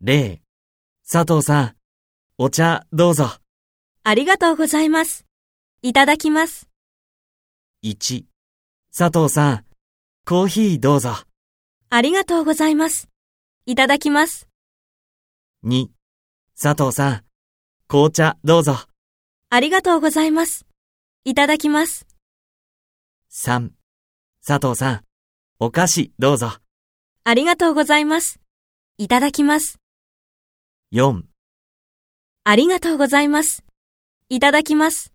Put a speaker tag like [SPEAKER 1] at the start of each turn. [SPEAKER 1] 例、佐藤さん、お茶どうぞ。
[SPEAKER 2] ありがとうございます。いただきます。
[SPEAKER 1] 1、佐藤さん、コーヒーどうぞ。
[SPEAKER 2] ありがとうございます。いただきます。
[SPEAKER 1] 2、佐藤さん、紅茶どうぞ。
[SPEAKER 2] ありがとうございます。いただきます。
[SPEAKER 1] 3、佐藤さん、お菓子どうぞ。
[SPEAKER 2] ありがとうございます。いただきます。
[SPEAKER 1] 4、
[SPEAKER 2] ありがとうございます。いただきます。